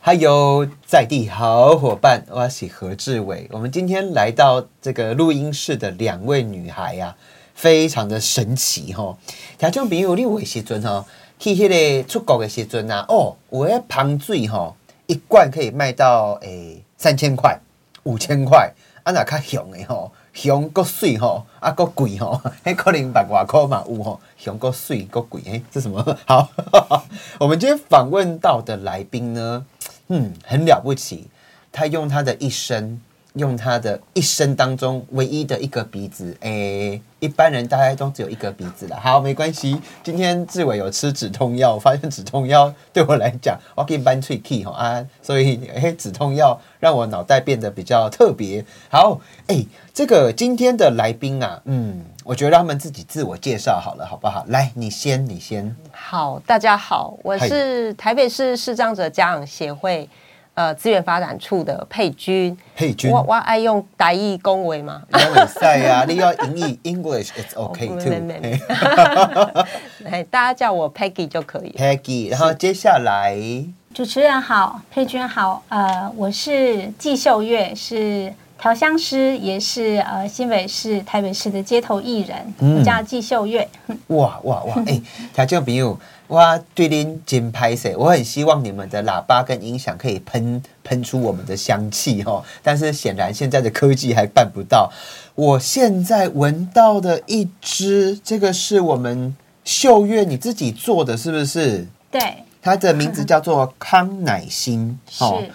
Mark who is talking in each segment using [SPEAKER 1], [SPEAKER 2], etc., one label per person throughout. [SPEAKER 1] 还有在地好伙伴，我是何志伟。我们今天来到这个录音室的两位女孩啊，非常的神奇吼、听众朋友，你有的时阵吼、去迄个出国的时阵啊，哦，有迄芳水吼、一罐可以卖到诶三千块、五千块，啊若较香的吼、香搁水吼，啊搁贵吼， 迄可能百外箍嘛有吼，香搁水搁贵，诶、这什么？ 好，我们今天访问到的来宾呢，嗯，很了不起，他用他的一生，用他的一生当中唯一的一个鼻子，诶、一般人大概都只有一个鼻子了。好，没关系，今天志伟有吃止痛药，我发现止痛药对我来讲，我可以搬脆 key 吼啊，所以诶、止痛药让我脑袋变得比较特别。好，诶、这个今天的来宾啊，嗯，我觉得让他们自己自我介绍好了，好不好？来，你先，你先。
[SPEAKER 2] 好，大家好，我
[SPEAKER 1] 嗨
[SPEAKER 2] 是台北市视障者家长协会呃资源发展处的佩君。
[SPEAKER 1] 佩君，
[SPEAKER 2] 我我爱用台语恭维嘛，
[SPEAKER 1] 你要比赛啊，你要英译 English it's okay
[SPEAKER 2] 哦
[SPEAKER 1] too
[SPEAKER 2] 没没没
[SPEAKER 1] 嘿。
[SPEAKER 2] 哎，大家叫我 Peggy 就可以。
[SPEAKER 1] Peggy，然后接下来
[SPEAKER 3] 主持人好，佩君好，呃，我是季秀月，是调香师，也是呃新北市、台北市的街头艺人，
[SPEAKER 1] 嗯
[SPEAKER 3] 我叫季秀月。
[SPEAKER 1] 哇哇 哇，哎、听众朋友，我对您真拍摄，我很希望你们的喇叭跟音响可以喷喷出我们的香气哦，但是显然现在的科技还办不到。我现在闻到的一支，这个是我们秀月你自己做的，是不是？
[SPEAKER 3] 对，
[SPEAKER 1] 它的名 字叫做康乃馨，哦
[SPEAKER 3] 是、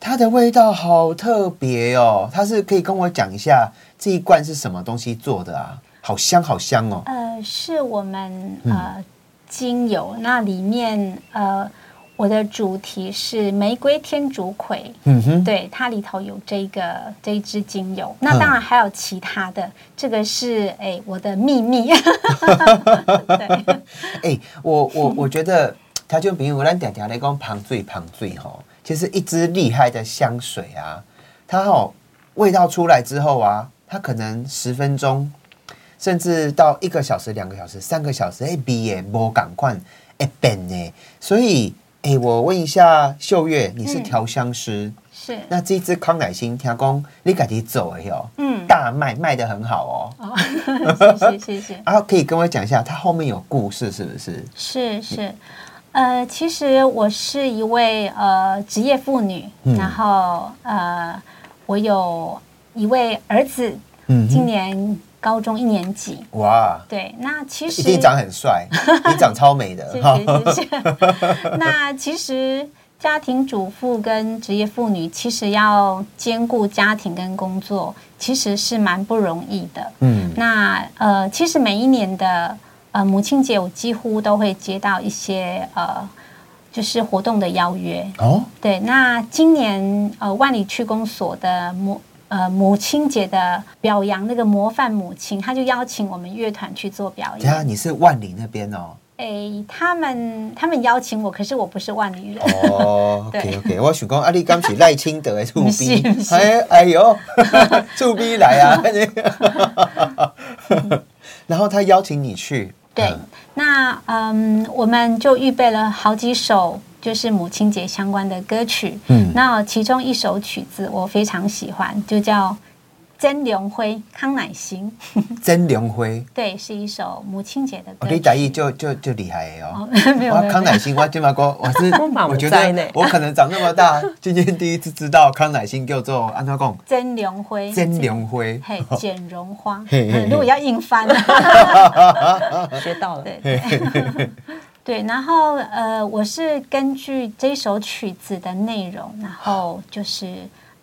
[SPEAKER 1] 它的味道好特别哦，它是可以跟我讲一下这一罐是什么东西做的啊？好香，好香 哦！
[SPEAKER 3] 呃，是我们
[SPEAKER 1] 嗯
[SPEAKER 3] 呃精油，那里面呃我的主题是玫瑰天竺葵，
[SPEAKER 1] 嗯哼，嗯
[SPEAKER 3] 对，它里头有这个这一支精油，那当然还有其他的，这个是哎、我的秘密， 对。
[SPEAKER 1] 哎、我我我觉得，他就比如咱常常来讲旁醉旁醉吼，其实一支厉害的香水啊，它哦味道出来之后啊，它可能十分钟，甚至到一个小时、两个小时、三个小时，哎、鼻也无赶快哎变呢。所以，哎、我问一下秀月，你是
[SPEAKER 3] 嗯
[SPEAKER 1] 调香师？
[SPEAKER 3] 是，
[SPEAKER 1] 那这一支康乃馨，听讲你自己做的哦，
[SPEAKER 3] 嗯，
[SPEAKER 1] 大卖卖的很好哦。
[SPEAKER 3] 哦， 谢谢谢谢，
[SPEAKER 1] 啊，可以跟我讲一下，它后面有故事是不是？
[SPEAKER 3] 是是，呃，其实我是一位呃职业妇女，
[SPEAKER 1] 嗯
[SPEAKER 3] 然后呃，我有一位儿子，
[SPEAKER 1] 嗯
[SPEAKER 3] 今
[SPEAKER 1] 哼，
[SPEAKER 3] 年高中一年级。
[SPEAKER 1] 哇，
[SPEAKER 3] 对，那其实
[SPEAKER 1] 一定长很 帅，你长超美的
[SPEAKER 3] 谢
[SPEAKER 1] 哈。
[SPEAKER 3] 谢谢谢。那其实家庭主妇跟职业妇女，其实要兼顾家庭跟工作，其实是蛮不容易的。
[SPEAKER 1] 嗯
[SPEAKER 3] 那呃，其实每一年的呃母亲节，我几乎都会接到一些呃，就是活动的邀约。
[SPEAKER 1] 哦，
[SPEAKER 3] 对，那今年呃万里区公所的母呃母亲节的表扬那个模范母亲，她就邀请我们乐团去做表
[SPEAKER 1] 等一下
[SPEAKER 3] 演。
[SPEAKER 1] 你是万里那边哦。
[SPEAKER 3] 诶，他们他们邀请我，可是我不是万里人。
[SPEAKER 1] 哦
[SPEAKER 3] 对
[SPEAKER 1] ，OK OK，我想讲啊，你刚是赖清德的厝
[SPEAKER 3] 不 是
[SPEAKER 1] 边
[SPEAKER 3] 不，是
[SPEAKER 1] 哎哎呦， 厝边来 啊！ 然后他邀请你去，
[SPEAKER 3] 对
[SPEAKER 1] 嗯，
[SPEAKER 3] 那嗯，我们就预备了好几首就是母亲节相关的歌曲。
[SPEAKER 1] 嗯
[SPEAKER 3] 那其中一首曲子我非常喜欢，就叫《真龙辉康乃馨》，
[SPEAKER 1] 曾良辉，
[SPEAKER 3] 对，是一首母亲节的歌
[SPEAKER 1] 哦，
[SPEAKER 3] 曲。
[SPEAKER 1] 你打一就就就厉害的哦
[SPEAKER 3] 哦，。 没有
[SPEAKER 1] 哇
[SPEAKER 3] 没，有
[SPEAKER 1] 康乃馨，我今嘛哥，我是
[SPEAKER 2] 我嘛
[SPEAKER 1] 我
[SPEAKER 2] 不
[SPEAKER 1] 觉
[SPEAKER 2] 知道呢
[SPEAKER 1] 得我可能长那么大，今天第一次知道康乃馨叫做安怎讲，
[SPEAKER 3] 真龙辉，
[SPEAKER 1] 真龙灰。
[SPEAKER 3] 哎嘿，剪绒花，
[SPEAKER 1] 嘿嘿嘿
[SPEAKER 3] 嗯如果要硬翻。
[SPEAKER 2] 学到了，
[SPEAKER 3] 对对对，然后呃，我是根据这首曲子的内容，然后就是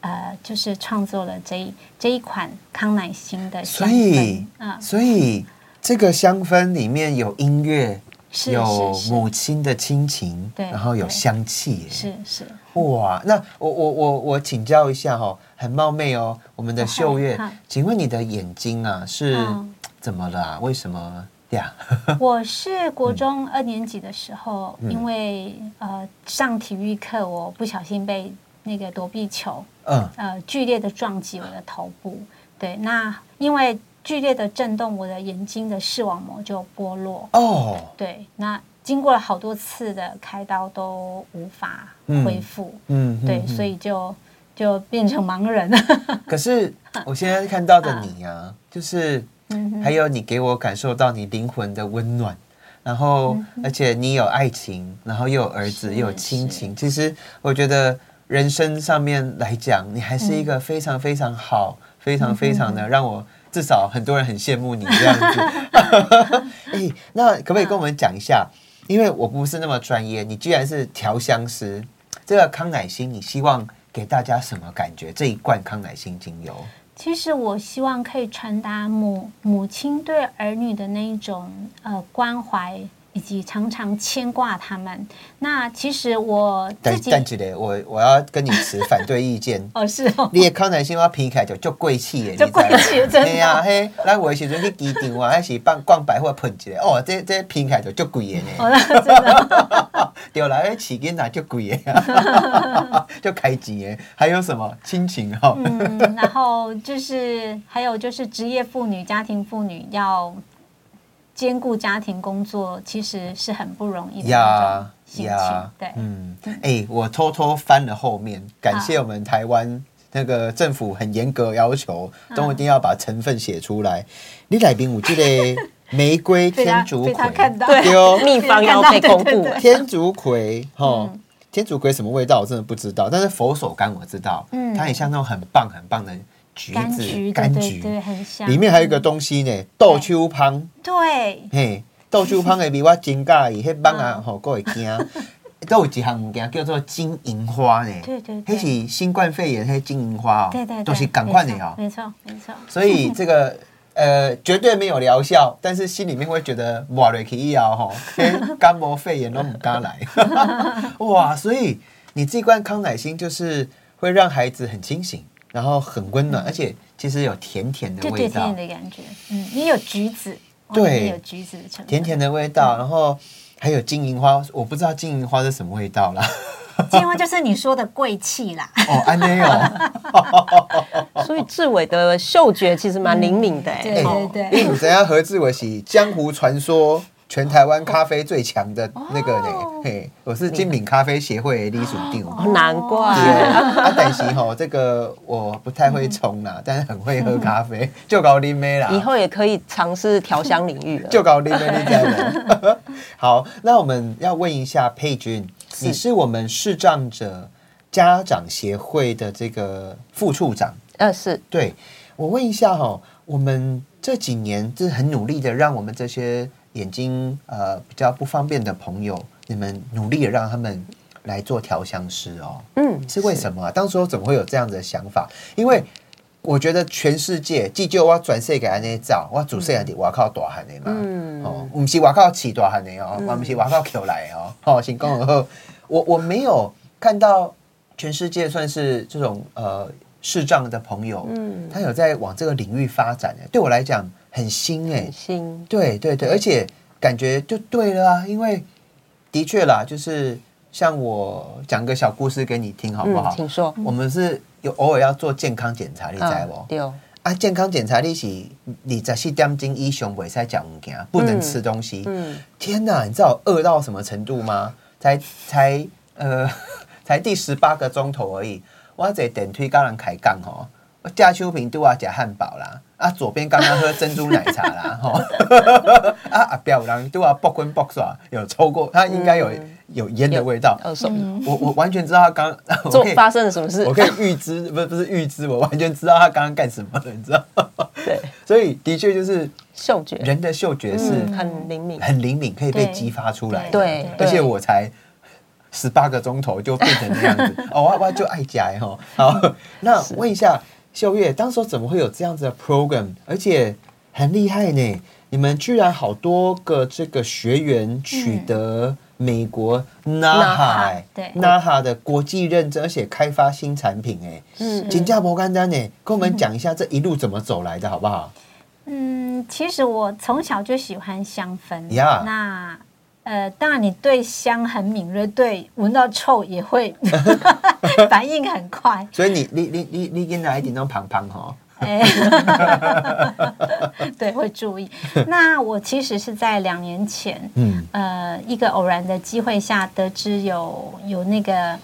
[SPEAKER 3] 呃，就是创作了这一这一款康乃馨的
[SPEAKER 1] 所
[SPEAKER 3] 香
[SPEAKER 1] 以
[SPEAKER 3] 氛，嗯，
[SPEAKER 1] 所以这个香氛里面有音乐，
[SPEAKER 3] 是
[SPEAKER 1] 有
[SPEAKER 3] 是是
[SPEAKER 1] 母亲的亲情，
[SPEAKER 3] 对
[SPEAKER 1] 然后有
[SPEAKER 3] 对
[SPEAKER 1] 香气耶，
[SPEAKER 3] 是 是，
[SPEAKER 1] 哇。那我我我我请教一下哈，很冒昧哦，我们的秀月
[SPEAKER 3] 好好，
[SPEAKER 1] 请问你的眼睛啊是
[SPEAKER 3] 嗯
[SPEAKER 1] 怎么了啊？为什么呀？
[SPEAKER 3] 我是
[SPEAKER 1] 嗯
[SPEAKER 3] 国中二年级的时候，因为呃上体育课，我不小心被那个躲避球
[SPEAKER 1] 嗯，
[SPEAKER 3] 呃剧烈的撞击我的头部。对，那因为剧烈的震动，我的眼睛的视网膜就剥落。
[SPEAKER 1] 哦，
[SPEAKER 3] 对，那经过了好多次的开刀都无法恢复，
[SPEAKER 1] 嗯，
[SPEAKER 3] 对，
[SPEAKER 1] 嗯
[SPEAKER 3] 所以就就变成盲人了。
[SPEAKER 1] 可是我现在看到的你
[SPEAKER 3] 嗯
[SPEAKER 1] 啊，就是还有你给我感受到你灵魂的温暖，然后而且你有爱情，然后又有儿子，
[SPEAKER 3] 嗯是
[SPEAKER 1] 又有亲情。其实我觉得人生上面来讲，你还是一
[SPEAKER 3] 嗯
[SPEAKER 1] 个非常非常好，非常非常的让我。至少很多人很羡慕你这样 子。 哎、那可不
[SPEAKER 3] 嗯
[SPEAKER 1] 可以跟我们讲一下？因为我不是那么专业，你居然是调香师，这个康乃馨，你希望给大家什么感觉？这一罐康乃馨精油，
[SPEAKER 3] 其实我希望可以传达母母亲对儿女的那一种呃关怀，以及常常牵挂他们。那其实我自
[SPEAKER 1] 但
[SPEAKER 3] 己。
[SPEAKER 1] 但之类，我我要跟你持反对意见
[SPEAKER 3] 哦是哦，
[SPEAKER 1] 你的康乃馨花劈开就就贵气耶，
[SPEAKER 3] 就
[SPEAKER 1] 你知道吗
[SPEAKER 3] 贵气真的
[SPEAKER 1] 嘿呀、嘿，那我的时阵去机场啊，还是逛逛百货喷一下，哦，这这劈开就就贵耶
[SPEAKER 3] 哦
[SPEAKER 1] 呢。
[SPEAKER 3] 那真的
[SPEAKER 1] 对啦，那起囡仔就贵耶， 就开钱耶。还有什么亲情哈、哦？
[SPEAKER 3] 嗯，然后就是还有就是职业妇女、家庭妇女要兼顾家庭工作，其实是很不容易的那种
[SPEAKER 1] 呀
[SPEAKER 3] 心情
[SPEAKER 1] 呀，，
[SPEAKER 3] 对，
[SPEAKER 1] 嗯，哎、我偷偷翻了后面，感谢
[SPEAKER 3] 啊
[SPEAKER 1] 我们台湾那个政府很严格要求，
[SPEAKER 3] 嗯
[SPEAKER 1] 都一定要把成分写出来。你来宾我记得玫瑰
[SPEAKER 3] 被他
[SPEAKER 1] 天竺
[SPEAKER 3] 被
[SPEAKER 1] 葵，
[SPEAKER 3] 他看到
[SPEAKER 1] 对哦
[SPEAKER 2] 秘方要被公布
[SPEAKER 3] 对对对
[SPEAKER 1] 天竺 葵哈。
[SPEAKER 3] 嗯
[SPEAKER 1] 天竺葵什么味道我真的不知道，但是佛手柑我知道，
[SPEAKER 3] 嗯
[SPEAKER 1] 它很像那种很棒很棒的橘
[SPEAKER 3] 柑
[SPEAKER 1] 子
[SPEAKER 3] 橘，对
[SPEAKER 1] 柑
[SPEAKER 3] 对
[SPEAKER 1] 橘，
[SPEAKER 3] 对，很香。
[SPEAKER 1] 里面还有一个东西呢，豆秋芳。
[SPEAKER 3] 对，
[SPEAKER 1] 嘿，豆酒芳的味我真介意，迄蚊
[SPEAKER 3] 嗯
[SPEAKER 1] 啊吼，佫会惊。 都有一项物件叫做金银花呢，
[SPEAKER 3] 对对对
[SPEAKER 1] 迄是新冠肺炎迄金银花哦，
[SPEAKER 3] 对对对，
[SPEAKER 1] 都是赶快的哦。
[SPEAKER 3] 没错，没错。没错
[SPEAKER 1] 所以这个 呃，绝对没有疗效，但是心里面会觉得哇，瑞奇要 吼，连肝膜肺炎都不敢来， 哇！所以你这罐康乃馨就是会让孩子很清醒，然后很温暖，而且其实有甜甜的
[SPEAKER 3] 嗯对
[SPEAKER 1] 味
[SPEAKER 3] 对，
[SPEAKER 1] 道
[SPEAKER 3] 甜，甜的感觉，嗯，也有橘子，哦
[SPEAKER 1] 对
[SPEAKER 3] 也有橘子的成分，
[SPEAKER 1] 甜甜的味道，然后还有金银花，我不知道金银花是什么味道啦。
[SPEAKER 3] 金花就是你说的贵气啦，
[SPEAKER 1] 哦，安内 哦，
[SPEAKER 2] 所以志伟的嗅觉其实蛮灵敏的、
[SPEAKER 1] 嗯
[SPEAKER 3] 对
[SPEAKER 2] 欸，
[SPEAKER 3] 对
[SPEAKER 2] 哦
[SPEAKER 1] 因
[SPEAKER 3] 对，
[SPEAKER 1] 哎为你知道何志伟是江湖传说全台湾咖啡最强的
[SPEAKER 3] 哦
[SPEAKER 1] 那个呢，嘿，我是精品咖啡协会的理事长。
[SPEAKER 2] 哦难怪。
[SPEAKER 1] 对啊，但是吼，这个我不太会冲啦，但是很会喝咖 啡，就搞林妹啦。
[SPEAKER 2] 以后也可以尝试调香领 域了。
[SPEAKER 1] 就搞林美丽在我。 好，那我们要问一下佩君，你是我们视障者家长协会的这个副处长，
[SPEAKER 2] 呃是
[SPEAKER 1] 对我问一下哈、我们这几年就是很努力的让我们这些眼睛呃比较不方便的朋友，你们努力的让他们来做调香师哦。
[SPEAKER 2] 嗯
[SPEAKER 1] 是为什么、啊？当时候怎么会有这样的想法？因为我觉得全世界，至少我转世给安尼走，我主世人伫外口大汉的嘛，哦，唔是外口饲大汉的哦，我唔是外口捡来的哦，哦，先讲好，我我没有看到全世界算是这种呃视障的朋友，嗯，他有在往这个领域发展的，对我来讲很新哎、
[SPEAKER 2] 很新
[SPEAKER 1] 对对对，而且感觉就对了啊，因为的确啦，就是像我讲个小故事给你听好不好？
[SPEAKER 2] 嗯请说
[SPEAKER 1] 我们是有偶尔要做健康检查，你知
[SPEAKER 2] 啊
[SPEAKER 1] 不？
[SPEAKER 2] 对哦，
[SPEAKER 1] 啊，健康检查你是二十四点钟以上袂使食物件，不能吃东西。
[SPEAKER 2] 嗯
[SPEAKER 1] 天哪，你知道我饿到什么程度吗？才才呃， 才第十八个钟头而已，我在电梯跟人开杠吼，我加秋平都要加汉堡啦，啊左边刚刚喝珍珠奶茶啦吼， 啊啊表人都要爆棍爆耍，有抽过，他应该有、
[SPEAKER 2] 嗯
[SPEAKER 1] 有烟的味道，
[SPEAKER 2] 二手
[SPEAKER 1] 我我完全知道他刚 我
[SPEAKER 2] 做
[SPEAKER 1] 可以
[SPEAKER 2] 发生了什么事
[SPEAKER 1] 我？可以预知，不是不是预知，我完全知道他刚刚干什么了，你知道吗？
[SPEAKER 2] 对，
[SPEAKER 1] 所以的确就是
[SPEAKER 2] 嗅觉
[SPEAKER 1] 人的嗅觉是
[SPEAKER 2] 嗯很灵敏，
[SPEAKER 1] 很灵敏，可以被
[SPEAKER 3] 对
[SPEAKER 1] 激发出来的。
[SPEAKER 2] 对对
[SPEAKER 1] 而且我才十八个钟头就变成那样子， 哦，我我就爱加哈。好，那问一下秀月，当时候怎么会有这样子的 program？而且很厉害呢，你们居然好多个这个学员取得
[SPEAKER 2] 嗯
[SPEAKER 1] 美国 NAHA
[SPEAKER 3] 对
[SPEAKER 1] NAHA 的国际认证，而且开发新产品，哎，
[SPEAKER 2] 嗯
[SPEAKER 1] 金价不干单呢，跟我们讲一下这一路怎么走来的好不好？
[SPEAKER 3] 嗯，其实我从小就喜欢香氛
[SPEAKER 1] Yeah
[SPEAKER 3] 那。呃，当然，你对香很敏锐，对闻到臭也会 反应很快。
[SPEAKER 1] 所以你你你你你跟哪一点都胖胖哈？
[SPEAKER 3] 哎， 对，会注意。那我其实是在两年前，
[SPEAKER 1] 嗯，
[SPEAKER 3] 呃，一个偶然的机会下得知有有那个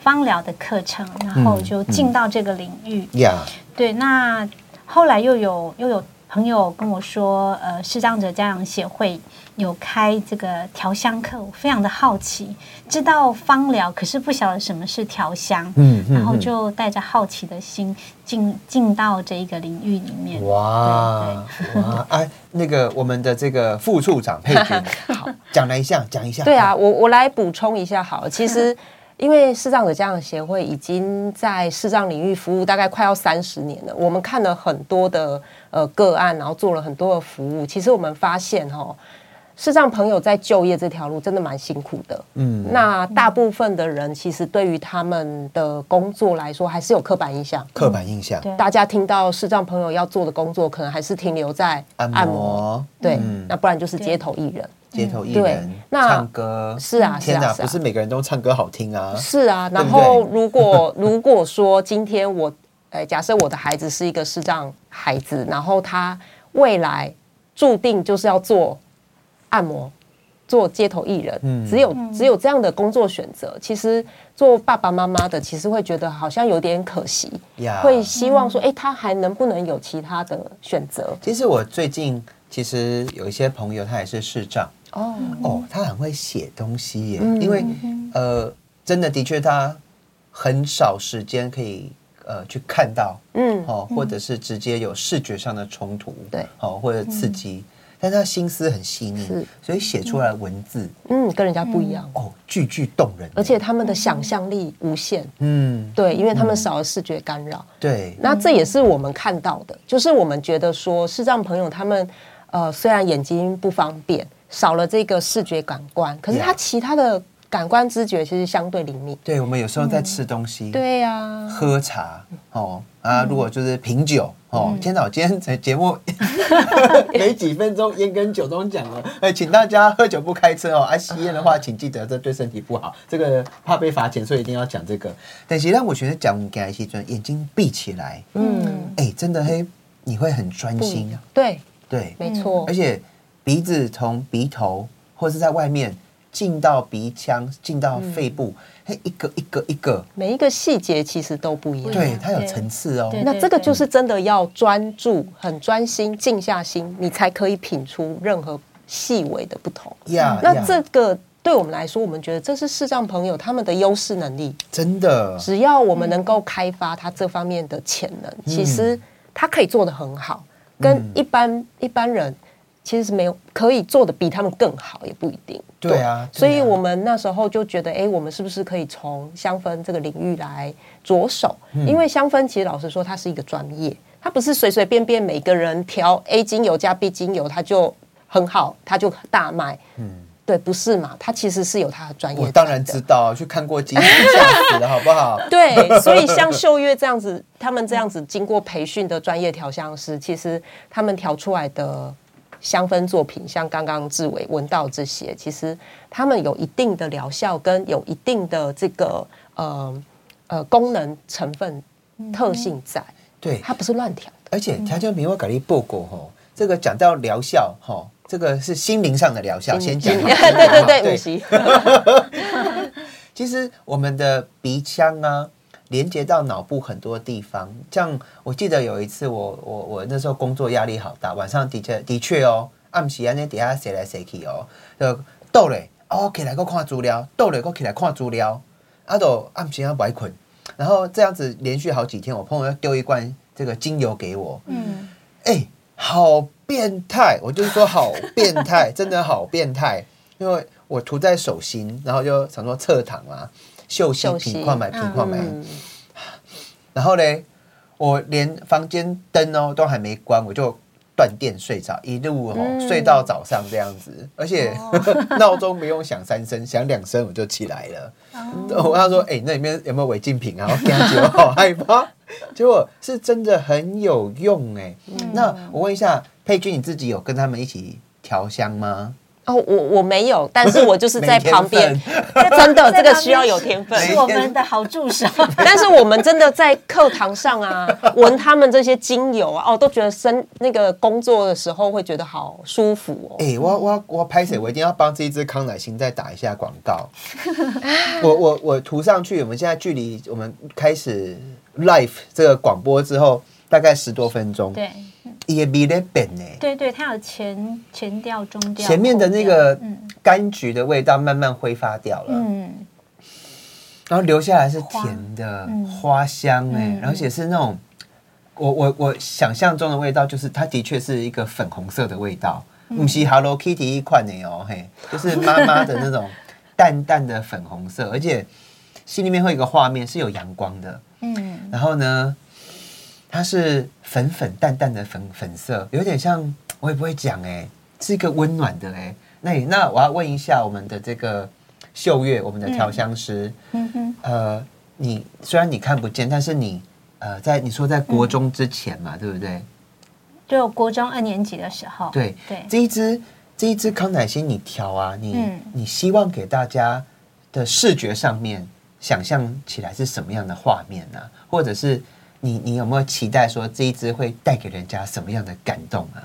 [SPEAKER 3] 芳疗的课程，然后
[SPEAKER 1] 嗯
[SPEAKER 3] 就进到这个领域。
[SPEAKER 1] 呀，
[SPEAKER 3] 对，那后来又有又有朋友跟我说，呃，视障者家长协会有开这个调香课，我非常的好奇，知道芳疗，可是不晓得什么是调香，
[SPEAKER 1] 嗯嗯
[SPEAKER 3] 然后
[SPEAKER 1] 嗯
[SPEAKER 3] 就带着好奇的心进进到这一个领域里面。
[SPEAKER 1] 哇哇，哎，那个我们的这个副处长佩 君，好，讲来一下，讲一下，
[SPEAKER 2] 对啊，，我我来补充一下好了，其实。因为视障者家长协会已经在视障领域服务大概快要三十年了，我们看了很多的呃个案，然后做了很多的服务。其实我们发现哈、哦，视障朋友在就业这条路真的蛮辛苦的。
[SPEAKER 1] 嗯，
[SPEAKER 2] 那大部分的人其实对于他们的工作来说，还是有刻板印象。
[SPEAKER 1] 刻板印象，
[SPEAKER 3] 对
[SPEAKER 2] 大家听到视障朋友要做的工作，可能还是停留在
[SPEAKER 1] 按
[SPEAKER 2] 按摩
[SPEAKER 1] 摩，
[SPEAKER 2] 对，
[SPEAKER 1] 嗯
[SPEAKER 2] 那不然就是
[SPEAKER 3] 对
[SPEAKER 2] 街头艺人。
[SPEAKER 1] 街头艺
[SPEAKER 2] 对
[SPEAKER 1] 人，
[SPEAKER 2] 那
[SPEAKER 1] 唱歌，
[SPEAKER 2] 是啊是啊
[SPEAKER 1] 天哪，
[SPEAKER 2] 是啊
[SPEAKER 1] 不是每个人都唱歌好听啊，
[SPEAKER 2] 是啊，
[SPEAKER 1] 对
[SPEAKER 2] 然
[SPEAKER 1] 不
[SPEAKER 2] 后
[SPEAKER 1] 对
[SPEAKER 2] 如果 如果说今天我，呃，假设我的孩子是一个视障孩子，然后他未来注定就是要做按摩。做街头艺人，
[SPEAKER 1] 嗯
[SPEAKER 2] 只有只有这样的工作选择，其实做爸爸妈妈的，其实会觉得好像有点可惜，
[SPEAKER 1] 呀
[SPEAKER 2] 会希望说，哎、他还能不能有其他的选择？
[SPEAKER 1] 其实我最近其实有一些朋友，他也是视障
[SPEAKER 2] 哦，
[SPEAKER 1] 哦，他很会写东西耶，
[SPEAKER 2] 嗯
[SPEAKER 1] 因为呃，真的的确他很少时间可以呃去看到
[SPEAKER 2] 嗯，
[SPEAKER 1] 哦，或者是直接有视觉上的冲突，
[SPEAKER 2] 对嗯
[SPEAKER 1] 哦或者刺激，但他心思很细腻
[SPEAKER 2] 是，
[SPEAKER 1] 所以写出来的文字
[SPEAKER 2] 嗯，跟人家不一样，
[SPEAKER 1] 哦句句动人耶，
[SPEAKER 2] 而且他们的想象力无限，
[SPEAKER 1] 嗯
[SPEAKER 2] 对，因为他们少了视觉干扰。
[SPEAKER 1] 对
[SPEAKER 2] 那这也是我们看到的，就是我们觉得说视障朋友他们，呃，虽然眼睛不方便，少了这个视觉感官，可是
[SPEAKER 1] Yeah
[SPEAKER 2] 他其他的感官知觉其实相对灵敏。
[SPEAKER 1] 对，我们有时候在吃东西，
[SPEAKER 2] 对啊呀、
[SPEAKER 1] 喝茶哦啊，
[SPEAKER 2] 嗯
[SPEAKER 1] 如果就是品酒哦，天哪，我今天这节 目没几分钟，烟跟酒都讲了， 哎，请大家喝酒不开车哦，啊，吸烟的话，请记得这对身体不好，这个怕被罚钱，所以一定要讲这个。但是让我觉得讲给来西尊，眼睛闭起来，
[SPEAKER 2] 嗯，
[SPEAKER 1] 哎，真的嘿，你会很专
[SPEAKER 2] 不一
[SPEAKER 1] 心
[SPEAKER 2] 样，，对，
[SPEAKER 1] 对，
[SPEAKER 2] 没错，
[SPEAKER 1] 啊而且鼻子从鼻头或是在外面进到鼻腔，进到
[SPEAKER 2] 嗯
[SPEAKER 1] 肺部，嘿，一个一个一个，
[SPEAKER 2] 每一个细节其实都不一样。
[SPEAKER 3] 不一
[SPEAKER 1] 对，
[SPEAKER 3] 样
[SPEAKER 1] 它有
[SPEAKER 3] 对
[SPEAKER 1] 层次哦，
[SPEAKER 3] 对
[SPEAKER 2] 那这个就是真的要专注、很专心、静下心，你才可以品出任何细微的不同。
[SPEAKER 1] 呀，
[SPEAKER 2] 嗯那
[SPEAKER 1] 呀
[SPEAKER 2] 这个对我们来说，我们觉得这是视障朋友他们的优势能力。
[SPEAKER 1] 真的
[SPEAKER 2] 只要我们能够开发他这方面的潜能，
[SPEAKER 1] 嗯
[SPEAKER 2] 其实他可以做得很好，跟一般
[SPEAKER 1] 嗯
[SPEAKER 2] 一般人其实是没有可以做的比他们更好，也不一定。
[SPEAKER 1] 对啊
[SPEAKER 2] 所以
[SPEAKER 1] 对啊
[SPEAKER 2] 我们那时候就觉得，哎，我们是不是可以从香氛这个领域来着手？
[SPEAKER 1] 嗯
[SPEAKER 2] 因为香氛其实老实说，它是一个专业，它不是随随便便每个人调 A 精油加 B 精油，它就很好，它就大卖。嗯，对，不是嘛？它其实是有它的专业在
[SPEAKER 1] 我
[SPEAKER 2] 的。
[SPEAKER 1] 当然知道，去看过金鱼，吓死了，好不 好？
[SPEAKER 2] 对，所以像秀月这样子，他们这样子经过培训的专业调香师，其实他们调出来的香氛作品，像刚刚志伟闻到这些，其实他们有一定的疗效，跟有一定的这个呃呃功能成分
[SPEAKER 3] 嗯
[SPEAKER 2] 特性在，
[SPEAKER 1] 对，
[SPEAKER 2] 它不是乱调的。
[SPEAKER 1] 而且条件明我改立报告吼，这个讲到疗效吼，这个是心灵上的疗效， 先讲。
[SPEAKER 2] 对对对，五级，
[SPEAKER 1] 其实我们的鼻腔啊，连接到脑部很多地方。像我记得有一次我，我我那时候工作压力好大，晚上的确的确哦，暗时安尼底下谁来谁去哦，就倒嘞，哦起来搁看资料，倒嘞搁起来看资料，啊都暗时啊白困，然后这样子连续好几天，我朋友要丢一罐这个精油给我，
[SPEAKER 3] 嗯，
[SPEAKER 1] 哎、好变态！我就是说好变态，真的好变态，因为我涂在手心，然后就想说侧躺啊，秀心
[SPEAKER 2] 秀
[SPEAKER 1] 平
[SPEAKER 2] 心
[SPEAKER 1] 矿买平矿买，
[SPEAKER 2] 嗯，
[SPEAKER 1] 然后嘞，我连房间灯哦都还没关，我就断电睡着，一路哦、
[SPEAKER 2] 嗯
[SPEAKER 1] 睡到早上这样子，而且、 闹钟不用响三声，响两声我就起来了。我跟他说：“哎、那里面有没有违禁品啊？”我跟他讲，我好害怕。 结果是真的很有用哎、那我问一下佩君，你自己有跟他们一起调香吗？
[SPEAKER 2] 哦，我我没有，但是我就是 在
[SPEAKER 1] 没天
[SPEAKER 2] 旁边，
[SPEAKER 3] 在 旁
[SPEAKER 2] 真的
[SPEAKER 3] 在
[SPEAKER 2] 这个
[SPEAKER 3] 旁
[SPEAKER 2] 需
[SPEAKER 3] 边
[SPEAKER 2] 要有
[SPEAKER 3] 是
[SPEAKER 2] 天 分
[SPEAKER 3] 是我们的好助手。
[SPEAKER 2] 但是我们真的在课堂上啊， 闻他们这些精油啊，哦，都觉得生那个工作的时候会觉得好舒服哦。
[SPEAKER 3] 嗯
[SPEAKER 1] 哎、我我我拍谁？我一定要帮这一支康乃馨再打一下广告。 我我我涂上去，我们现在距离我们开始 live 这个广播之后，大概十多分钟。
[SPEAKER 3] 对
[SPEAKER 1] 也比得本呢。
[SPEAKER 3] 对对，它有前前调、中调、
[SPEAKER 1] 前面的
[SPEAKER 3] 后
[SPEAKER 1] 那
[SPEAKER 3] 调
[SPEAKER 1] 个
[SPEAKER 3] 嗯
[SPEAKER 1] 柑橘的味道慢慢挥发掉了，
[SPEAKER 3] 嗯，
[SPEAKER 1] 然后留下来是甜的
[SPEAKER 3] 嗯
[SPEAKER 1] 花香哎、
[SPEAKER 3] 嗯
[SPEAKER 1] 而且是那种我我我想象中的味道，就是它的确是一个粉红色的味道，
[SPEAKER 3] 嗯
[SPEAKER 1] 不是 Hello Kitty 一款的哦嘿，就是妈妈的那种淡淡的粉红色，而且心里面会有一个画面是有阳光的，
[SPEAKER 3] 嗯
[SPEAKER 1] 然后呢，它是粉粉淡淡的粉粉色，有点像我也不会讲哎、是一个温暖的哎、那你那我要问一下我们的这个秀月，我们的调香师，
[SPEAKER 3] 嗯哼，
[SPEAKER 1] 呃，你虽然你看不见，但是你呃，在你说在
[SPEAKER 3] 嗯
[SPEAKER 1] 国中之前嘛，对不对？
[SPEAKER 3] 就我国中二年级的时候，
[SPEAKER 1] 对，
[SPEAKER 3] 哦对，
[SPEAKER 1] 这一支这一支康乃馨你调啊，你、
[SPEAKER 3] 嗯
[SPEAKER 1] 你希望给大家的视觉上面想象起来是什么样的画面呢、啊？或者是你你有没有期待说这一支会带给人家什么样的感动啊？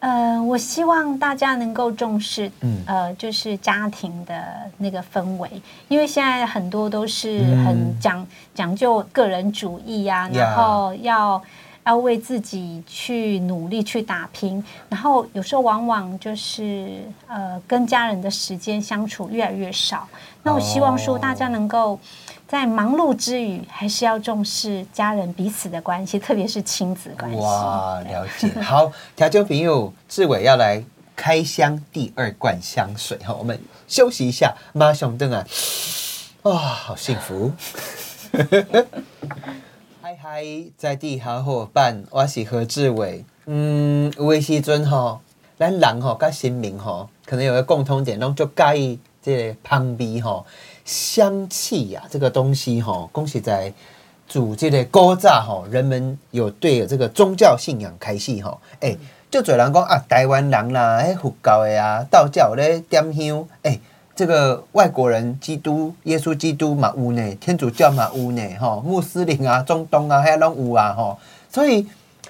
[SPEAKER 3] 呃，我希望大家能够重视，
[SPEAKER 1] 嗯
[SPEAKER 3] 呃，就是家庭的那个氛围，因为现在很多都是
[SPEAKER 1] 嗯
[SPEAKER 3] 很讲、讲究个人主义呀、
[SPEAKER 1] 呀
[SPEAKER 3] 然后要要为自己去努力去打拼，然后有时候往往就是呃跟家人的时间相处越来越少。那我希望说
[SPEAKER 1] 哦
[SPEAKER 3] 大家能够。在忙碌之余，还是要重视家人彼此的关系，特别是亲子关系。
[SPEAKER 1] 哇，了解。好，调酒朋友志伟要来开箱第二罐香水哈，我们休息一下，马上登啊！哇、好幸 福！嗨嗨，在地好伙伴，我是何志伟。嗯，有的时阵吼，咱人吼跟心灵吼，可能有个共通点，拢就介意这个香味吼，香气呀、这个东西吼，恭喜在。主这个古早吼，人们有对这个宗教信仰开始吼，诶、就侪人讲啊，台湾人啦，迄佛教的啊，道教咧点香，诶、这个外国人基督耶稣基督嘛有呢，天主教嘛有呢，吼，穆斯林啊、中东啊，遐拢有啊，吼，所以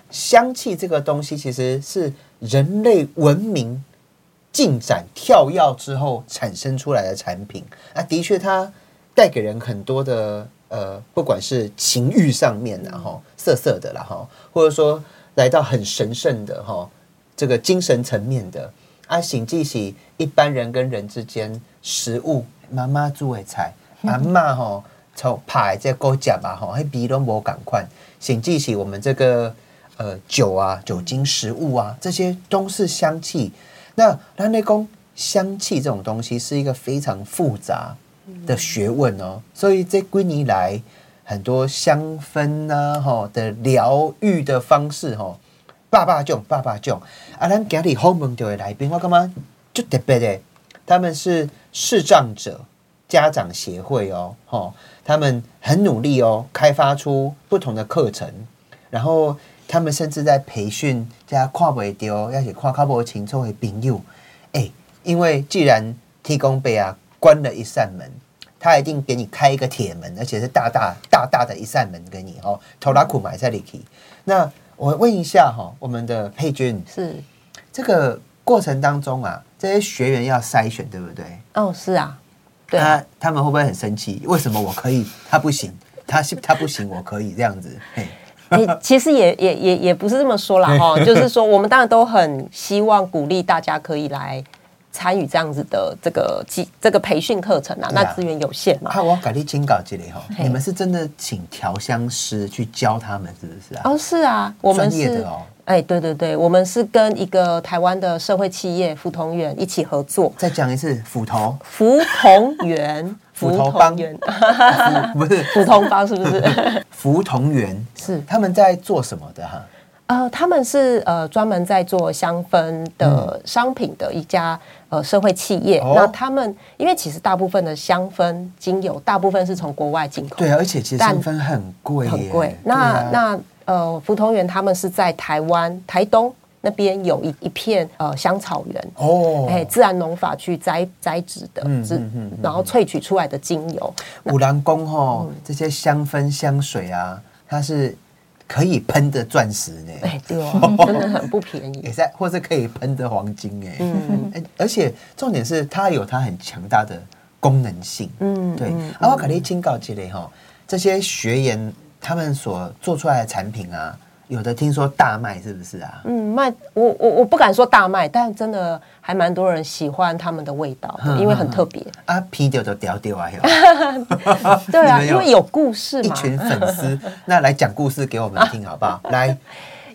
[SPEAKER 1] 香气这个东西其实是人类文明进展跳跃之后产生出来的产品啊，的确它带给人很多的呃，不管是情欲上面然后色色的啦哈，吼或者说来到很神圣的哈，吼这个精神层面的啊，醒记起一般人跟人之间食物，妈妈煮的菜，阿嬷吼从拍这狗夹啊吼，迄味拢无共款，醒记起我们这个呃酒啊、酒精、食物啊，这些都是香气。那兰内公香气这种东西是一个非常复杂的学问哦，所以这归你来很多香氛呐、啊、吼、的疗愈的方式吼、爸爸囧，爸爸囧。啊，咱今日访问到的来宾，我感觉就特别的，他们是视障者家长协会哦，吼、他们很努力哦，开发出不同的课程，然后他们甚至在培训大家看不到，要是看较无清楚的朋友，哎、因为既然提供杯啊关了一扇门，他一定给你开一个铁门，而且是大大大大的一扇门给你哦，头拉苦埋在里去。那我问一下哈、我们的佩君，
[SPEAKER 2] 是，
[SPEAKER 1] 这个过程当中啊，这些学员要筛选，对不对？
[SPEAKER 2] 哦，是啊，对啊，
[SPEAKER 1] 他他们会不会很生气？为什么我可以，他不行？他是他不行，我可以这样子。嘿，
[SPEAKER 2] 你其实也也也也不是这么说啦哈，就是说我们当然都很希望鼓励大家可以来参与这样子的这个机这个培训课程啊，
[SPEAKER 1] 对啊
[SPEAKER 2] 那资源有限嘛。
[SPEAKER 1] 啊，我改立清稿这里哈，
[SPEAKER 2] 嘿
[SPEAKER 1] 你们是真的请调香师去教他们，是不是啊？
[SPEAKER 2] 哦，是啊，我们
[SPEAKER 1] 专业
[SPEAKER 2] 是
[SPEAKER 1] 的哦
[SPEAKER 2] 哎，对对对，我们是跟一个台湾的社会企业福同园一起合作，
[SPEAKER 1] 再讲一次，斧 头，
[SPEAKER 2] 福同 园，
[SPEAKER 1] 斧头帮
[SPEAKER 2] 园，
[SPEAKER 1] 不是
[SPEAKER 2] 普通帮是不是？
[SPEAKER 1] 福同源，
[SPEAKER 2] 是
[SPEAKER 1] 他们在做什么的哈？
[SPEAKER 2] 呃，他们是呃专门在做香氛的商品的一家、呃社会企业。
[SPEAKER 1] 哦
[SPEAKER 2] 那他们因为其实大部分的香氛精油，大部分是从国外进口，
[SPEAKER 1] 对啊，而且其实
[SPEAKER 2] 但
[SPEAKER 1] 香氛很贵耶，
[SPEAKER 2] 哦很贵。
[SPEAKER 1] 对
[SPEAKER 2] 那、
[SPEAKER 1] 啊
[SPEAKER 2] 那呃，福同园他们是在台湾台东那边有一一片呃香草园，
[SPEAKER 1] 哦，嗯
[SPEAKER 2] 哎，自然农法去栽栽植的，植、然后萃取出来的精油，
[SPEAKER 1] 五郎宫
[SPEAKER 2] 嗯
[SPEAKER 1] 吼，这些香氛香水啊，它是可以喷的钻石呢，
[SPEAKER 2] 哎，对哦，真的很不便宜
[SPEAKER 1] 也。在或是可以喷的黄金哎、
[SPEAKER 2] 嗯
[SPEAKER 1] 哎而且重点是它有它很强大的功能性，嗯，对。阿瓦卡利清告之类哈，这些学员他们所做出来的产品啊，有的听说大卖是不是啊？
[SPEAKER 2] 嗯，卖我我我不敢说大卖，但真的还蛮多人喜欢他们的味道，
[SPEAKER 1] 嗯
[SPEAKER 2] 因为很特别。
[SPEAKER 1] 啊，啤酒都屌屌啊，有
[SPEAKER 2] 对 啊，
[SPEAKER 1] 你们嗯
[SPEAKER 2] 因
[SPEAKER 1] 有
[SPEAKER 2] 为有故事
[SPEAKER 1] 一
[SPEAKER 2] 嘛。
[SPEAKER 1] 群粉 丝，那来讲故事给我们听好不好？来，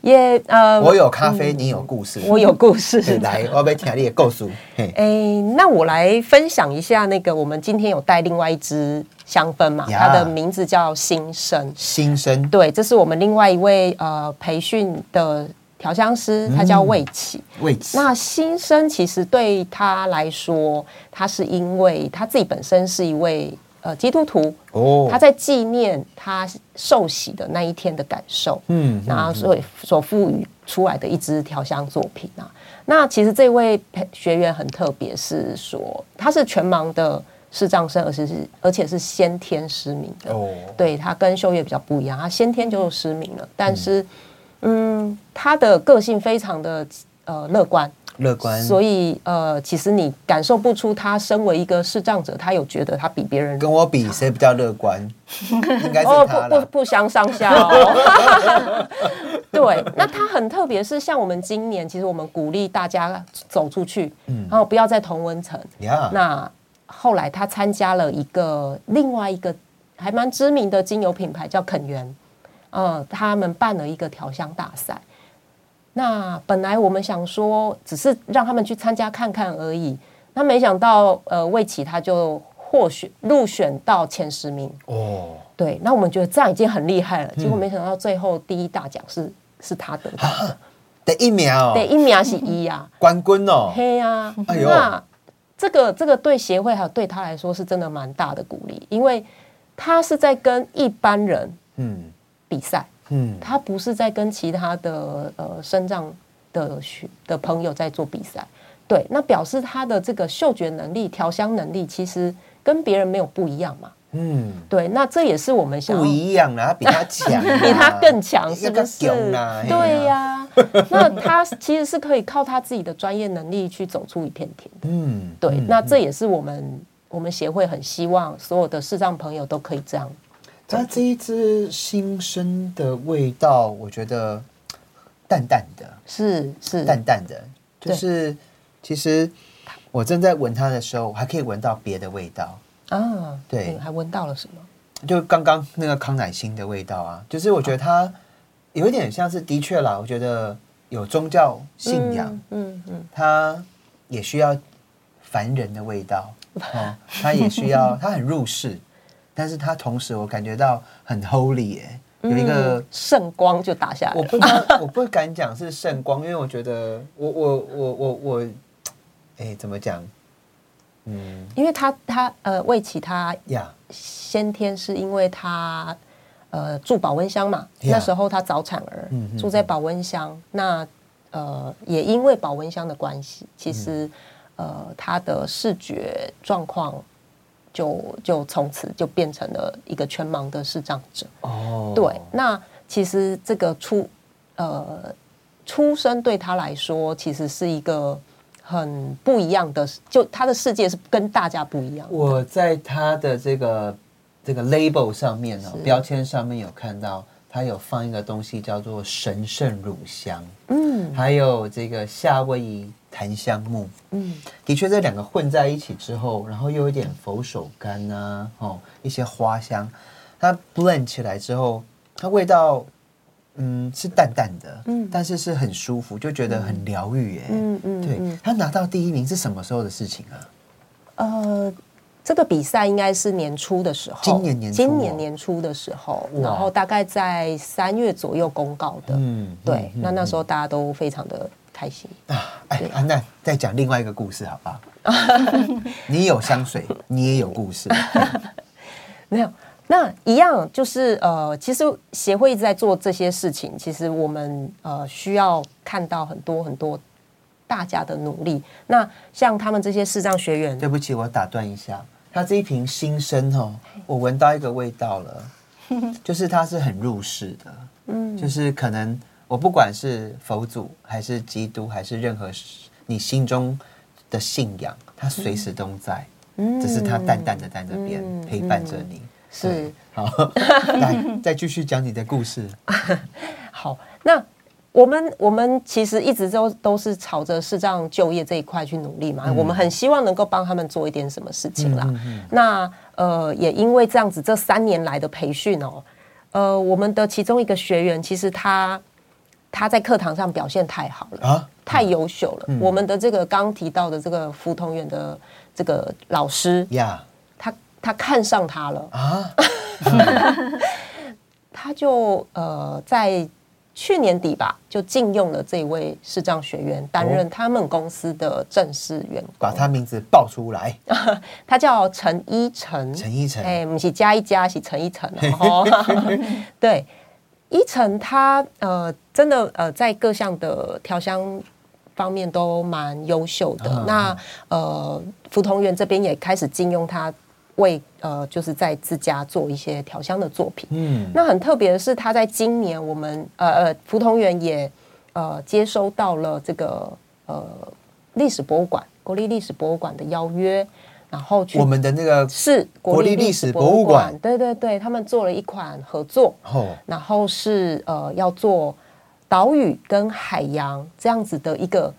[SPEAKER 2] 也啊呃，
[SPEAKER 1] 我有咖啡，你有故事，
[SPEAKER 2] 我有故 事。
[SPEAKER 1] 对来，我要被听你的故事，嘿，
[SPEAKER 2] 诶，那我来分享一下那个，我们今天有带另外一支香氛嘛，
[SPEAKER 1] 呀
[SPEAKER 2] 它的名字叫新生。
[SPEAKER 1] 新生
[SPEAKER 2] 对，这是我们另外一位呃培训的调香师，
[SPEAKER 1] 嗯
[SPEAKER 2] 他叫魏启。
[SPEAKER 1] 位置，
[SPEAKER 2] 那新生其实对他来说，他是因为他自己本身是一位呃基督徒，
[SPEAKER 1] 哦
[SPEAKER 2] 他在纪念他受洗的那一天的感受，
[SPEAKER 1] 嗯
[SPEAKER 2] 嗯，然后所以所赋予出来的一支调香作品啊。那其实这位培学员很特别，是说他是全盲的视障生，而且是而且是先天失明的。
[SPEAKER 1] 哦
[SPEAKER 2] 对他跟秀月比较不一样，他先天就失明了，但是嗯，他的个性非常的呃乐观，
[SPEAKER 1] 乐观，
[SPEAKER 2] 所以呃，其实你感受不出他身为一个视障者，他有觉得他比别人
[SPEAKER 1] 跟我比谁比较乐 观，应该是
[SPEAKER 2] 哦，
[SPEAKER 1] 他
[SPEAKER 2] 不不
[SPEAKER 1] 了。
[SPEAKER 2] 不相上下哦。对，那它很特别，是像我们今年，其实我们鼓励大家走出去，然后不要在同温层。
[SPEAKER 1] 呀，
[SPEAKER 2] 那后来他参加了一个另外一个还蛮知名的精油品牌叫肯源，呃，他们办了一个调香大赛。那本来我们想说，只是让他们去参加看看而已，那没想到，呃，魏琪他就获选入选到前十名，
[SPEAKER 1] 哦，
[SPEAKER 2] 对，那我们觉得这样已经很厉害
[SPEAKER 1] 嗯
[SPEAKER 2] 了，结果没想到最后第一大奖是是他得到，
[SPEAKER 1] 啊得一秒，
[SPEAKER 2] 对，一秒是 一呀、
[SPEAKER 1] 冠军哦，
[SPEAKER 2] 嘿呀、
[SPEAKER 1] 哎呦
[SPEAKER 2] 那这个这个对协会还有对他来说是真的蛮大的鼓励，因为他是在跟一般人
[SPEAKER 1] 嗯
[SPEAKER 2] 比赛，
[SPEAKER 1] 嗯，
[SPEAKER 2] 他不是在跟其他的呃身障的学的朋友在做比赛，对，那表示他的这个嗅觉能力、调香能力其实跟别人没有不一样嘛，
[SPEAKER 1] 嗯，
[SPEAKER 2] 对，那这也是我们想要
[SPEAKER 1] 不一样啦，他比他强啦，
[SPEAKER 2] 哦 比他更强，是
[SPEAKER 1] 比他
[SPEAKER 2] 不
[SPEAKER 1] 更
[SPEAKER 2] 是？
[SPEAKER 1] 强啦啊
[SPEAKER 2] 对，
[SPEAKER 3] 啊
[SPEAKER 2] 呀、 那他其实是可以靠他自己的专业能力去走出一片天的。
[SPEAKER 1] 嗯，
[SPEAKER 2] 对，那这也是我们我们协会很希望所有的视障朋友都可以这样。
[SPEAKER 1] 它这一支新生的味道，我觉得淡淡的，
[SPEAKER 2] 是是，
[SPEAKER 1] 淡淡的，就
[SPEAKER 2] 嗯对
[SPEAKER 1] 是其实我正在闻它的时候，我还可以闻到别的味道。
[SPEAKER 2] 啊，
[SPEAKER 1] 对
[SPEAKER 2] 你还闻到了什么？
[SPEAKER 1] 就刚刚那个康乃馨的味道啊，就是我觉得它有一点像是，的确啦，我觉得有宗教信仰，
[SPEAKER 2] 嗯，嗯嗯，
[SPEAKER 1] 它也需要凡人的味 道，哦，它也需要，它很入世，但是它同时我感觉到很 holy 耶、有一个、
[SPEAKER 2] 嗯圣光就打下来
[SPEAKER 1] 我
[SPEAKER 2] 了。
[SPEAKER 1] 不知道，我不敢讲是圣光，因为我觉得我我我我我，哎、怎么讲？嗯
[SPEAKER 2] 因为他他呃，魏琪他
[SPEAKER 1] 呀
[SPEAKER 2] 先天是因为他呃住保温箱嘛
[SPEAKER 1] Yeah
[SPEAKER 2] 那时候他早产儿，
[SPEAKER 1] 嗯嗯
[SPEAKER 2] 住在保温箱。那呃，也因为保温箱的关系，其
[SPEAKER 1] 嗯
[SPEAKER 2] 实、呃他的视觉状况就就从此就变成了一个全盲的视障者。
[SPEAKER 1] 哦，
[SPEAKER 2] 对，那其实这个出呃出生对他来说，其实是一个。很不一样的，就他的世界是跟大家不一样的。
[SPEAKER 1] 我在它的这个这个 label 上面哦，
[SPEAKER 2] 是
[SPEAKER 1] 标签上面有看到，它有放一个东西叫做神圣乳香，
[SPEAKER 2] 嗯，
[SPEAKER 1] 还有这个夏威夷檀香木。
[SPEAKER 2] 嗯，
[SPEAKER 1] 的确，这两个混在一起之后，然后又有一点佛手柑啊，哦，一些花香，它 blend 起来之后，它味道。嗯，是淡淡的，嗯，但是是很舒服，就觉得很疗愈耶。
[SPEAKER 2] 嗯嗯
[SPEAKER 1] 对
[SPEAKER 2] 嗯
[SPEAKER 1] 他拿到第一名是什么时候的事情啊？
[SPEAKER 2] 呃，这个比赛应该是年初的时候，
[SPEAKER 1] 今年年初哦
[SPEAKER 2] 今年年初的时候，
[SPEAKER 1] 哇
[SPEAKER 2] 然后大概在三月左右公告的。
[SPEAKER 1] 嗯，
[SPEAKER 2] 对，
[SPEAKER 1] 嗯
[SPEAKER 2] 那那时候大家都非常的开心。
[SPEAKER 1] 哎，安娜，再讲另外一个故事好不好？你有香水，你也有故事。
[SPEAKER 2] 没有，那一样就是呃，其实协会一直在做这些事情，其实我们呃需要看到很多很多大家的努力。那像他们这些视障学员，
[SPEAKER 1] 对不起，我打断一下，它这一瓶新生哦，我闻到一个味道了，就是它是很入世的，嗯，就是可能我不管是佛祖还是基督还是任何你心中的信仰，它随时都在，只是它淡淡的在那边、陪伴着你。
[SPEAKER 2] 是
[SPEAKER 1] 好， 来再继续讲你的故事。
[SPEAKER 2] 好，那我们我们其实一直都都是朝着视障就业这一块去努力嘛，我们很希望能够帮他们做一点什么事情啦。那呃，也因为这样子，这三年来的培训哦，呃，我们的其中一个学员其实他他在课堂上表现太好了。
[SPEAKER 1] 啊，
[SPEAKER 2] 太优秀了！我们的这个刚提到的这个福同园的这个老师，
[SPEAKER 1] 呀
[SPEAKER 2] 他他看上他了，
[SPEAKER 1] 啊，
[SPEAKER 2] 他就呃在去年底吧，就禁用了这位视障学员担任他们公司的正式员工。
[SPEAKER 1] 把他名字报出来，
[SPEAKER 2] 他叫陈依晨，
[SPEAKER 1] 陈依晨
[SPEAKER 2] 哦哎、不是加一加，是陈依晨 哦。对，依晨他呃，真的呃，在各项的调香方面都蛮优秀的。
[SPEAKER 1] 啊
[SPEAKER 2] 那呃，福同园这边也开始禁用他为呃，就是在自家做一些调香的作品。
[SPEAKER 1] 嗯，
[SPEAKER 2] 那很特别的是，他在今年我们呃呃福同园也呃接收到了这个呃历史博物馆国立历史博物馆的邀约，然后去
[SPEAKER 1] 我们的那个
[SPEAKER 2] 是
[SPEAKER 1] 国立历史博物馆
[SPEAKER 2] 对对对，他们做了一款合作，
[SPEAKER 1] 哦，
[SPEAKER 2] 然后是呃要做岛屿跟海洋这样子的一个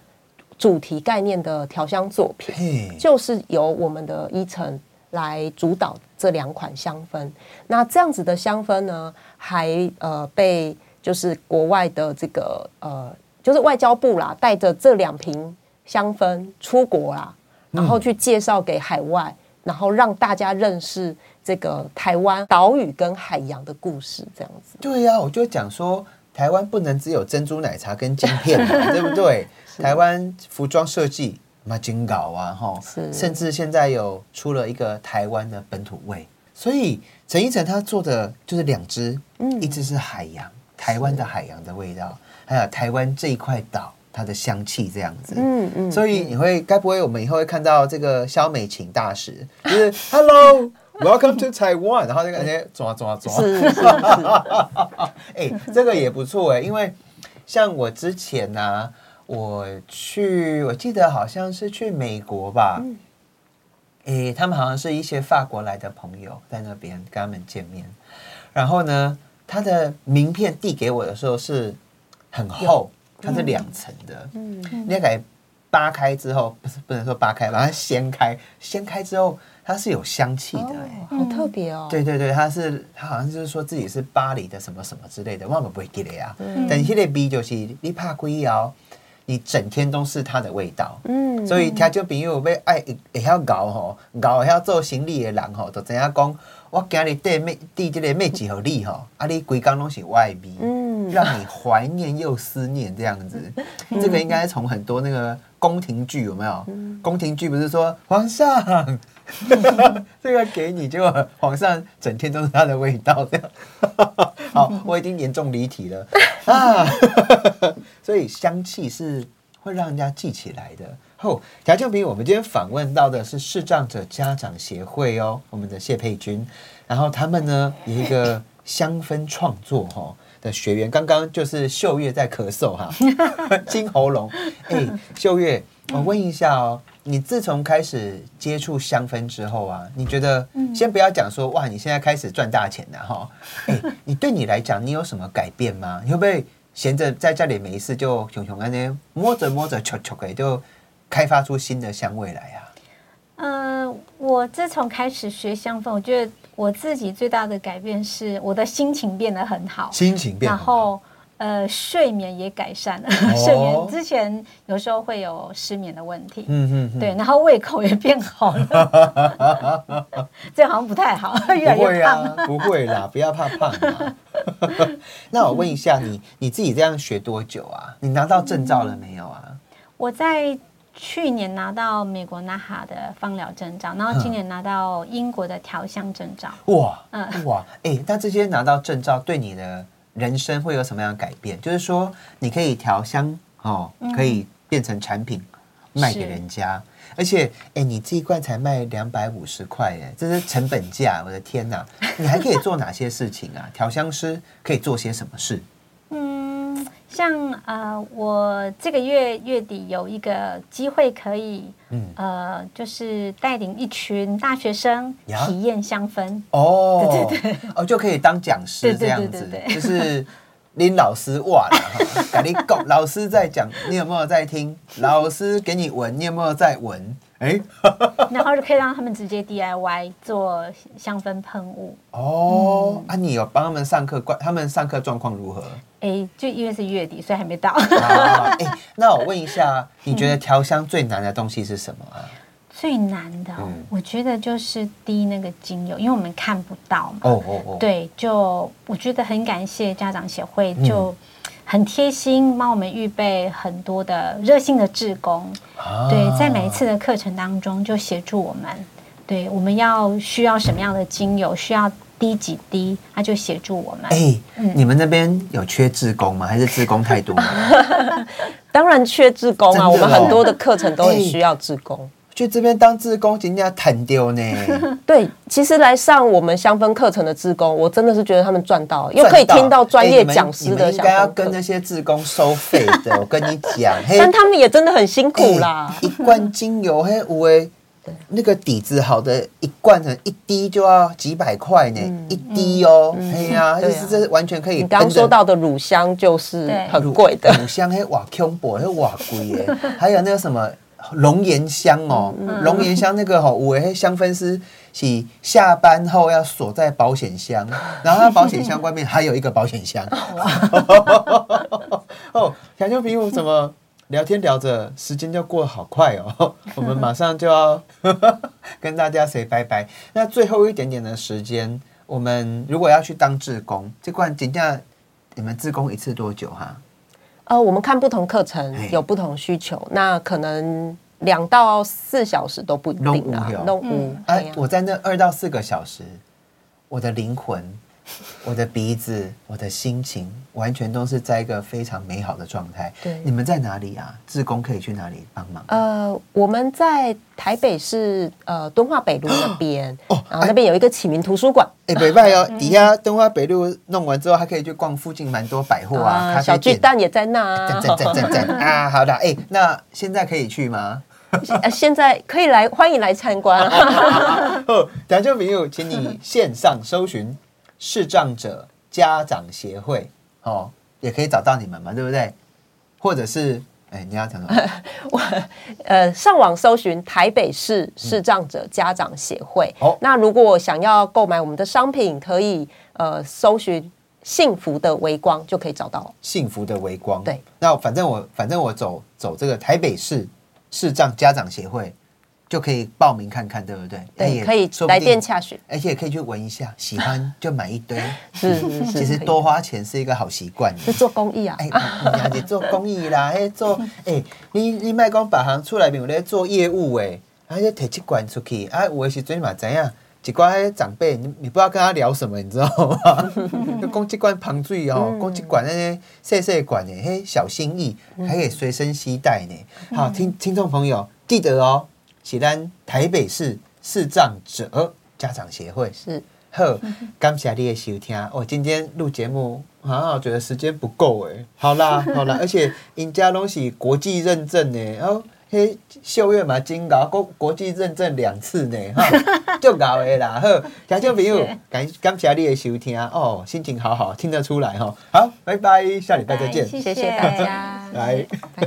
[SPEAKER 2] 主题概念的调香作品。
[SPEAKER 1] 嘿，
[SPEAKER 2] 就是由我们的依晨来主导这两款香氛。那这样子的香氛呢，还呃被就是国外的这个呃，就是外交部啦，带着这两瓶香氛出国啦，然后去介绍给海外，然后让大家认识这个台湾岛屿跟海洋的故事，这样子。
[SPEAKER 1] 对呀、我就讲说，台湾不能只有珍珠奶茶跟晶片 嘛，对不对？台湾服装设计嘛，金搞啊，哈，
[SPEAKER 2] 是
[SPEAKER 1] 甚至现在有出了一个台湾的本土味，所以陈奕晨他做的就是两只，
[SPEAKER 2] 嗯
[SPEAKER 1] 一只是海洋，台湾的海洋的味道，还有台湾这一块岛它的香气这样子，
[SPEAKER 2] 嗯嗯
[SPEAKER 1] 所以你会，该不会我们以后会看到这个肖美琴大 使，就是 Hello。Welcome to Taiwan，然后那个人家抓抓抓，
[SPEAKER 2] 是是是，
[SPEAKER 1] 哎、这个也不错哎、因为像我之前呢、我去，我记得好像是去美国吧，
[SPEAKER 2] 嗯
[SPEAKER 1] 哎、他们好像是一些法国来的朋友在那边跟他们见面，然后呢，他的名片递给我的时候是很厚，它是两层的，嗯，你要给扒开之后，不是不能说扒开，把它掀开，掀开之后它是有香气的、哎。
[SPEAKER 2] 哦好特别哦。
[SPEAKER 1] 对对对，他是他好像就是说自己是巴黎的什么什么之类的，忘了不会记得呀。但迄个 B 就是你怕鬼窑，你整天都是它的味道。
[SPEAKER 2] 嗯，
[SPEAKER 1] 所以听众朋友要爱会哎会晓搞吼，搞会晓做生意的人吼，就知影讲，我今日递妹递这个妹子给你吼，啊你规工拢是外味，
[SPEAKER 2] 嗯
[SPEAKER 1] 让你怀念又思念这样子。这个应该从很多那个宫廷剧有没有？宫廷剧不是说皇上， 这个给你，结果皇上整天都是他的味道这样。 好，我已经严重离题了啊，所以香气是会让人家记起来的。后贾正平，我们今天访问到的是视障者家长协会哦，我们的谢佩君，然后他们呢有一个香氛创作哈、哦、的学员，刚刚就是秀月在咳嗽哈、 清喉咙。哎，秀月，我问一下哦，你自从开始接触香氛之后啊，你觉得，先不要讲说哇，你现在开始赚大钱了哈，哎， 你对你来讲，你有什么改变吗？你会不会闲着在家里没事就熊熊安呢摸着摸着瞧瞧给就开发出新的香味来啊？
[SPEAKER 3] 嗯、我自从开始学香氛，我觉得我自己最大的改变是我的心情变得很好，
[SPEAKER 1] 心情变
[SPEAKER 3] 然
[SPEAKER 1] 好，
[SPEAKER 3] 后呃睡眠也改善了。 睡眠之前有时候会有失眠的问题，
[SPEAKER 1] 哦嗯嗯，
[SPEAKER 3] 对，然后胃口也变好了， 这好像不太好，越来
[SPEAKER 1] 不会
[SPEAKER 3] 越胖。
[SPEAKER 1] 啊，不会啦，不要怕胖 啦。那我问一下你，你自己这样学多久啊？你拿到证照了没有啊？
[SPEAKER 3] 我在去年拿到美国纳哈的芳疗证照，然后
[SPEAKER 1] 嗯
[SPEAKER 3] 今年拿到英国的调香证照。
[SPEAKER 1] 哇，
[SPEAKER 3] 嗯
[SPEAKER 1] 哇，哎、那这些拿到证照对你的人生会有什么样的改变？就是说，你可以调香哦，可以变成产品卖给人家，而且，哎、你这一罐才卖两百五十块，哎，这是成本价，我的天哪！你还可以做哪些事情啊？调香师可以做些什么事？
[SPEAKER 3] 嗯，像呃，我这个月月底有一个机会可以，
[SPEAKER 1] 嗯
[SPEAKER 3] 呃，就是带领一群大学生
[SPEAKER 1] 呀
[SPEAKER 3] 体验 香氛。
[SPEAKER 1] 哦，对对对，哦，就可以当讲师
[SPEAKER 3] 对
[SPEAKER 1] 这
[SPEAKER 3] 对
[SPEAKER 1] 样
[SPEAKER 3] 对
[SPEAKER 1] 子，
[SPEAKER 3] 对对
[SPEAKER 1] 就是林老师哇啦， 哈，你狗老师在讲，你有没有在听？老师给你闻，你有没有在闻？哎、
[SPEAKER 3] 然后就可以让他们直接 DIY 做香氛喷雾。
[SPEAKER 1] 哦，啊，你有帮他们上课，关他们上课状况如何？
[SPEAKER 3] 哎，就因为是月底，所以还没到。
[SPEAKER 1] 啊，哎、那我问一下，你觉得调香最难的东西是什么啊？
[SPEAKER 3] 最难的哦、
[SPEAKER 1] 嗯
[SPEAKER 3] 我觉得就是滴那个精油，因为我们看不到嘛。
[SPEAKER 1] 哦哦哦，，
[SPEAKER 3] 对，就我觉得很感谢家长协会，
[SPEAKER 1] 嗯
[SPEAKER 3] 就很贴心帮我们预备很多的热心的志工。
[SPEAKER 1] 啊
[SPEAKER 3] 对，在每一次的课程当中，就协助我们，对，我们要需要什么样的精油，需要滴几滴，他就协助我们。
[SPEAKER 1] 哎、
[SPEAKER 3] 嗯
[SPEAKER 1] 你们那边有缺志工吗？还是志工太 多了？
[SPEAKER 2] 当然缺志工
[SPEAKER 1] 真的
[SPEAKER 2] 啊，
[SPEAKER 1] 哦
[SPEAKER 2] 我们很多的课程都很需要志工。
[SPEAKER 1] 去这边当志工，人家谈丢呢。
[SPEAKER 2] 对，其实来上我们香氛课程的志工，我真的是觉得他们赚到，又可以听到专业讲
[SPEAKER 1] 哎
[SPEAKER 2] 师
[SPEAKER 1] 你们你
[SPEAKER 2] 的
[SPEAKER 1] 们应
[SPEAKER 2] 香
[SPEAKER 1] 该要
[SPEAKER 2] 氛
[SPEAKER 1] 跟
[SPEAKER 2] 课
[SPEAKER 1] 那，些志工收费 的。我跟你讲，嘿，
[SPEAKER 2] 但他们也真的很辛苦啦
[SPEAKER 1] 哎。一罐精油嘿，有诶，那个底子好的一罐呢，一滴就要几百块呢，
[SPEAKER 2] 嗯
[SPEAKER 1] 一滴哦，哎呀，就
[SPEAKER 2] 对啊
[SPEAKER 1] 是这完全可以
[SPEAKER 2] 你
[SPEAKER 1] 哎喷的。
[SPEAKER 2] 刚刚说到的乳香就是
[SPEAKER 3] 对
[SPEAKER 2] 很贵的，
[SPEAKER 1] 乳香嘿，哇 c o m b 嘿，哇贵耶，还有那个什么。龙涎香哦，龙涎香那个吼、我嘿香氛师是下班后要锁在保险箱，然后他保险箱外面还有一个保险箱。哦，小牛皮我怎么聊天聊着，时间就过得好快哦，我们马上就要跟大家 say 拜拜。那最后一点点的时间，我们如果要去当志工，这罐金价你们志工一次多久哈、
[SPEAKER 2] 呃，我们看不同课程
[SPEAKER 1] 嘿
[SPEAKER 2] 有不同需求，那可能两到四小时都不一定啊
[SPEAKER 1] 弄五哦，
[SPEAKER 2] 弄五
[SPEAKER 1] 啊
[SPEAKER 2] 嘿啊，
[SPEAKER 1] 我在那二到四个小时，我的灵魂、我的鼻子、我的心情，完全都是在一个非常美好的状态。
[SPEAKER 2] 对
[SPEAKER 1] 你们在哪里啊？志工可以去哪里帮忙？
[SPEAKER 2] 呃，我们在台北市呃敦化北路那边，
[SPEAKER 1] 哦
[SPEAKER 2] 然后那边有一个启明图书馆，
[SPEAKER 1] 哎、北拜哦，底下东华北路弄完之后，还可以去逛附近蛮多百货啊、
[SPEAKER 2] 啊
[SPEAKER 1] 咖
[SPEAKER 2] 小
[SPEAKER 1] 啡
[SPEAKER 2] 巨
[SPEAKER 1] 店。
[SPEAKER 2] 蛋也在那啊
[SPEAKER 1] 赞。赞赞赞赞啊！好的，哎、那现在可以去吗？
[SPEAKER 2] 呃现在可以来，欢迎来参观啊！
[SPEAKER 1] 哦，台中朋友，请你线上搜寻视障者家长协会哦，也可以找到你们嘛，对不对？或者是哎、你要讲什 么？
[SPEAKER 2] 呃，上网搜寻台北市视障者家长协会。
[SPEAKER 1] 哦
[SPEAKER 2] 那如果想要购买我们的商品，可以呃搜寻“幸福的微光”就可以找到。
[SPEAKER 1] 幸福的微光。
[SPEAKER 2] 对，
[SPEAKER 1] 那反正我反正我走走这个台北市视障家长协会，就可以报名看看，对不对？哎
[SPEAKER 2] 对，
[SPEAKER 1] 也
[SPEAKER 2] 可以
[SPEAKER 1] 说不
[SPEAKER 2] 来
[SPEAKER 1] 定
[SPEAKER 2] 电洽询。
[SPEAKER 1] 而且也可以去闻一下，喜欢就买一堆。
[SPEAKER 2] 是是是
[SPEAKER 1] 其实
[SPEAKER 2] 可以
[SPEAKER 1] 多花钱是一个好习惯。
[SPEAKER 2] 是做公益啊。
[SPEAKER 1] 哎，你你做公益啦，哎做哎，你你卖讲别行出来面有咧做业务哎，啊就摕一罐出去，啊有的时阵嘛知影，一寡迄长辈，你你不知道跟他聊什么，你知道吗？就讲这罐旁水哦，讲这罐那些细细的罐的，嘿小心意，还可以随身携带呢。好，听听众朋友记得哦，是咱台北市视障者家长协会
[SPEAKER 2] 是，
[SPEAKER 1] 好，感谢你的收听。我、今天录节目，啊，我觉得时间不够哎。好啦， 好啦，而且人家拢是国际认证呢，然后嘿秀月嘛，金搞国国际认证两次呢， 哈，就搞的啦。好，听众朋友
[SPEAKER 3] 谢谢，
[SPEAKER 1] 感感谢你的收听哦，心情好好，听得出来哈、哦。好，拜拜，下礼拜再见，
[SPEAKER 3] 拜
[SPEAKER 2] 谢谢大家
[SPEAKER 1] 来。
[SPEAKER 2] 拜。